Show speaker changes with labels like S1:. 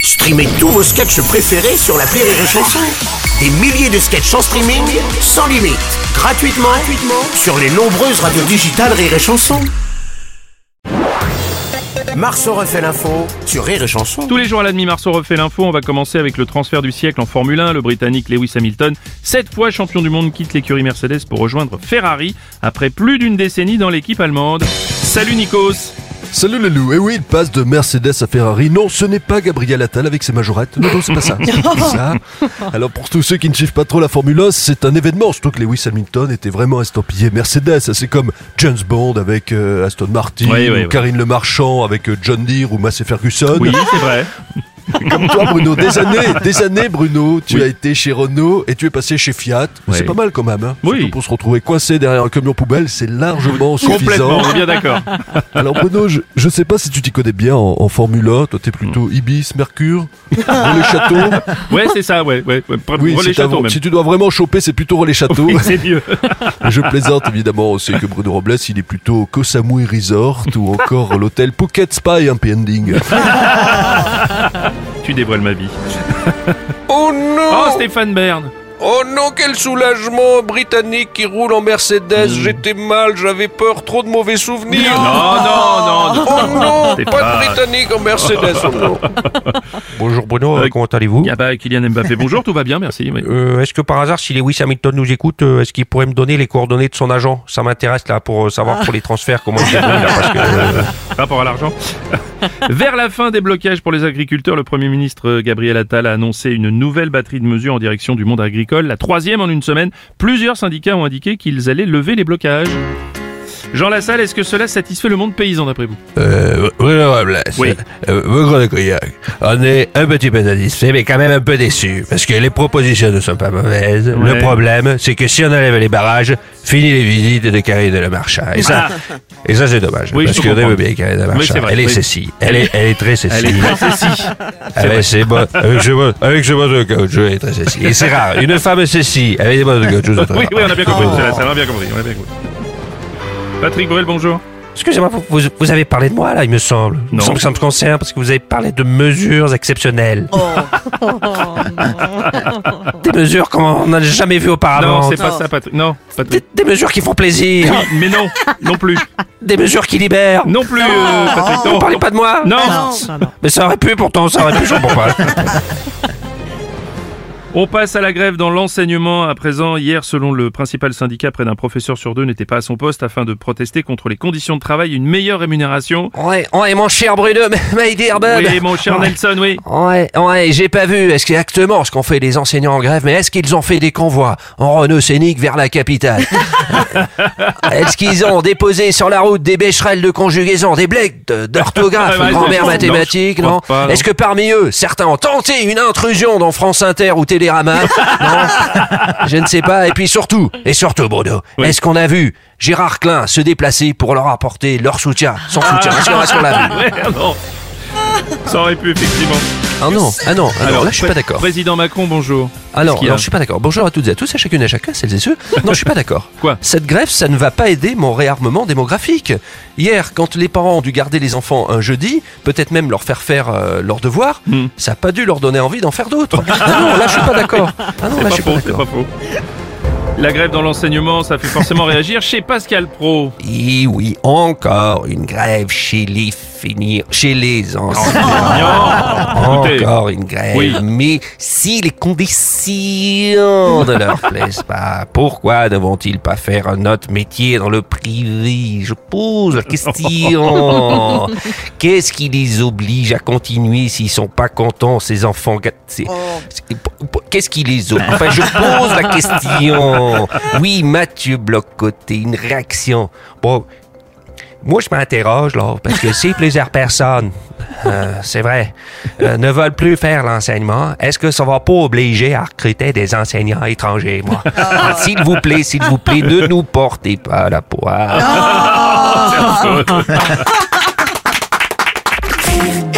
S1: Streamez tous vos sketchs préférés sur la Rire et Chanson. Des milliers de sketchs en streaming, sans limite, gratuitement, gratuitement sur les nombreuses radios digitales Rire et Chanson. Marceau refait l'info sur Rire et Chanson.
S2: Tous les jours à la demi-marceau refait l'info, on va commencer avec le transfert du siècle en Formule 1. Le Britannique Lewis Hamilton, sept fois champion du monde, quitte l'écurie Mercedes pour rejoindre Ferrari après plus d'une décennie dans l'équipe allemande. Salut Nikos
S3: Salut les loups, et oui, il passe de Mercedes à Ferrari. Non, ce n'est pas Gabriel Attal avec ses majorettes. Non, non, c'est pas ça. C'est pas ça. Alors pour tous ceux qui ne suivent pas trop la Formule 1, c'est un événement, surtout que Lewis Hamilton était vraiment estampillé Mercedes. C'est comme James Bond avec euh, Aston Martin,
S2: Oui, oui,
S3: ou
S2: oui.
S3: Karine Le Marchand avec euh, John Deere ou Massey Ferguson.
S2: Oui, c'est vrai.
S3: Comme toi Bruno, des années, des années Bruno, tu as été chez Renault et tu es passé chez Fiat.
S2: Oui.
S3: C'est pas mal quand même. Hein.
S2: Oui.
S3: Surtout pour se retrouver coincé derrière un camion poubelle, c'est largement suffisant.
S2: Complètement, on est bien d'accord.
S3: Alors Bruno, je, je sais pas si tu t'y connais bien en, en Formule 1, toi t'es plutôt
S2: Hmm.
S3: Ibis, Mercure, Relais Château.
S2: Ouais, c'est ça, ouais. ouais. ouais. Pre-
S3: Oui,
S2: Relais
S3: si, t'as-
S2: château même.
S3: si tu dois vraiment choper, c'est plutôt Relais Château.
S2: Oui, c'est mieux.
S3: Je plaisante évidemment, c'est que Bruno Robles, il est plutôt Koh Samui Resort ou encore l'hôtel Phuket Spa et Happy Ending.
S2: tu dévoiles ma vie.
S4: Oh non
S2: Oh, Stéphane Bern
S4: Oh non, quel soulagement un Britannique qui roule en Mercedes. J'étais mal, j'avais peur, trop de mauvais souvenirs.
S2: Non, non, non, non.
S4: Oh non
S2: C'est
S4: Pas
S2: pas-
S4: de Britannique en Mercedes, oh non.
S5: Bonjour Bruno,
S2: Euh,
S5: comment allez-vous
S2: Ah bah, Kylian Mbappé, bonjour, tout va bien, merci. oui.
S5: Euh, Est-ce que par hasard, si Lewis Hamilton nous écoute, euh, est-ce qu'il pourrait me donner les coordonnées de son agent Ça m'intéresse là pour euh, savoir pour les transferts comment il se débrouille, là, parce que, euh,
S2: rapport à l'argent. Vers la fin des blocages pour les agriculteurs, le Premier ministre euh, Gabriel Attal a annoncé une nouvelle batterie de mesures en direction du monde agricole, la troisième en une semaine. Plusieurs syndicats ont indiqué qu'ils allaient lever les blocages. Jean Lassalle, est-ce que cela satisfait le monde paysan d'après vous
S6: Euh, Bruno Robles,
S2: Oui.
S6: euh, vous connaissez Cognac. on est un petit peu satisfait, mais quand même un peu déçu, parce que les propositions ne sont pas mauvaises.
S2: Ouais.
S6: Le problème, c'est que si on enlève les barrages, fini les visites de Karine Le Marchand. Et ça, et ça c'est dommage,
S2: Ah. Oui,
S6: parce
S2: je
S6: qu'on
S2: comprends.
S6: aime bien Karine Le
S2: c'est
S6: Marchand.
S2: vrai,
S6: elle est
S2: oui.
S6: ceci, elle est, elle est très Ah ceci.
S2: Elle est très ceci.
S6: avec ses bottes, avec ses bottes, avec ses bottes de caoutchouc, elle est très ceci. Et c'est rare, une femme ceci, avec des bottes de caoutchouc,
S5: Ah,
S6: c'est très
S2: Oui,
S6: rare.
S2: oui, on a bien
S5: oh.
S6: Oh.
S2: compris. Jean Lassalle, on a bien compris. on a bien compris. Patrick Bruel, bonjour.
S5: Excusez-moi, vous, vous- vous avez parlé de moi là, il me semble. Il me
S2: Non.
S5: semble que ça me concerne parce que vous avez parlé de mesures exceptionnelles.
S2: Oh.
S5: Des mesures qu'on n'a jamais vues auparavant.
S2: Ah, non, c'est pas ça, Patrick. Non,
S5: des,
S2: Patrick.
S5: des mesures qui font plaisir,
S2: Oui, mais non, non plus.
S5: des mesures qui libèrent.
S2: Non plus, euh, Patrick.
S5: Vous
S2: Non,
S5: parlez pas de
S2: Ah
S5: moi
S2: non.
S5: Mais ça aurait pu pourtant, ça aurait pu, je comprends pas.
S2: On passe à la grève dans l'enseignement. À présent, hier, selon le principal syndicat, près d'un professeur sur deux n'était pas à son poste afin de protester contre les conditions de travail et une meilleure rémunération.
S5: Ouais, ouais, mon cher Bruno, my dear bud.
S2: Oui, mon cher Nelson, oui.
S5: Ouais, ouais, j'ai pas vu exactement ce qu'ont fait les enseignants en grève, mais est-ce qu'ils ont fait des convois en Renault Scénic vers la capitale Est-ce qu'ils ont déposé sur la route des bécherelles de conjugaison, des blagues de- d'orthographe,
S2: Ah, bah,
S5: grand-mère
S2: non, je
S5: mathématique,
S2: crois
S5: non,
S2: pas, non.
S5: Est-ce que parmi eux, certains ont tenté une intrusion dans France Inter ou Télérama Non, je ne sais pas. Et puis surtout, et surtout, Bruno,
S2: Oui.
S5: est-ce qu'on a vu Gérard Klein se déplacer pour leur apporter leur soutien, son soutien Est-ce qu'on- est-ce qu'on l'a vu
S2: Ouais, non. Ça aurait pu, effectivement.
S5: Ah non, ah non, ah non, là je suis
S2: pré-
S5: pas d'accord.
S2: Président Macron, bonjour.
S5: Ah non,
S2: Qu'est-ce qu'il y a
S5: alors, je suis pas d'accord. Bonjour à toutes et à tous, à chacune et à chacun, celles et ceux. Non, je suis pas d'accord.
S2: Quoi
S5: Cette grève, ça ne va pas aider mon réarmement démographique. Hier, quand les parents ont dû garder les enfants un jeudi, peut-être même leur faire faire euh, leurs devoirs,
S2: Hmm.
S5: ça n'a pas dû leur donner envie d'en faire d'autres. Ah non, là je suis pas d'accord. Ah
S2: C'est
S5: non, là
S2: pas
S5: je suis pas
S2: faux, c'est
S5: d'accord.
S2: pas faux. La grève dans l'enseignement, ça fait forcément réagir chez Pascal Pro.
S5: Oui, Eh oui, encore une grève chez les finir, chez les
S2: Oh,
S5: enfants.
S2: Non, écoutez.
S5: Encore une grève.
S2: Oui.
S5: Mais si les conditions ne leur plaisent pas, pourquoi ne vont-ils pas faire un autre métier dans le privé Je pose la question. Qu'est-ce qui les oblige à continuer s'ils sont pas contents, ces enfants gâ- c'est- c'est- p- p- Qu'est-ce qui les oblige Enfin, je pose la question. Oui, Mathieu Bloch-Côté, une réaction. Bon, moi, je m'interroge, là, parce que si plusieurs personnes, euh, c'est vrai, euh, ne veulent plus faire l'enseignement, est-ce que ça va pas obliger à recruter des enseignants étrangers, moi? Ah, S'il vous plaît, s'il vous plaît, ne nous portez pas la poire.
S2: Rire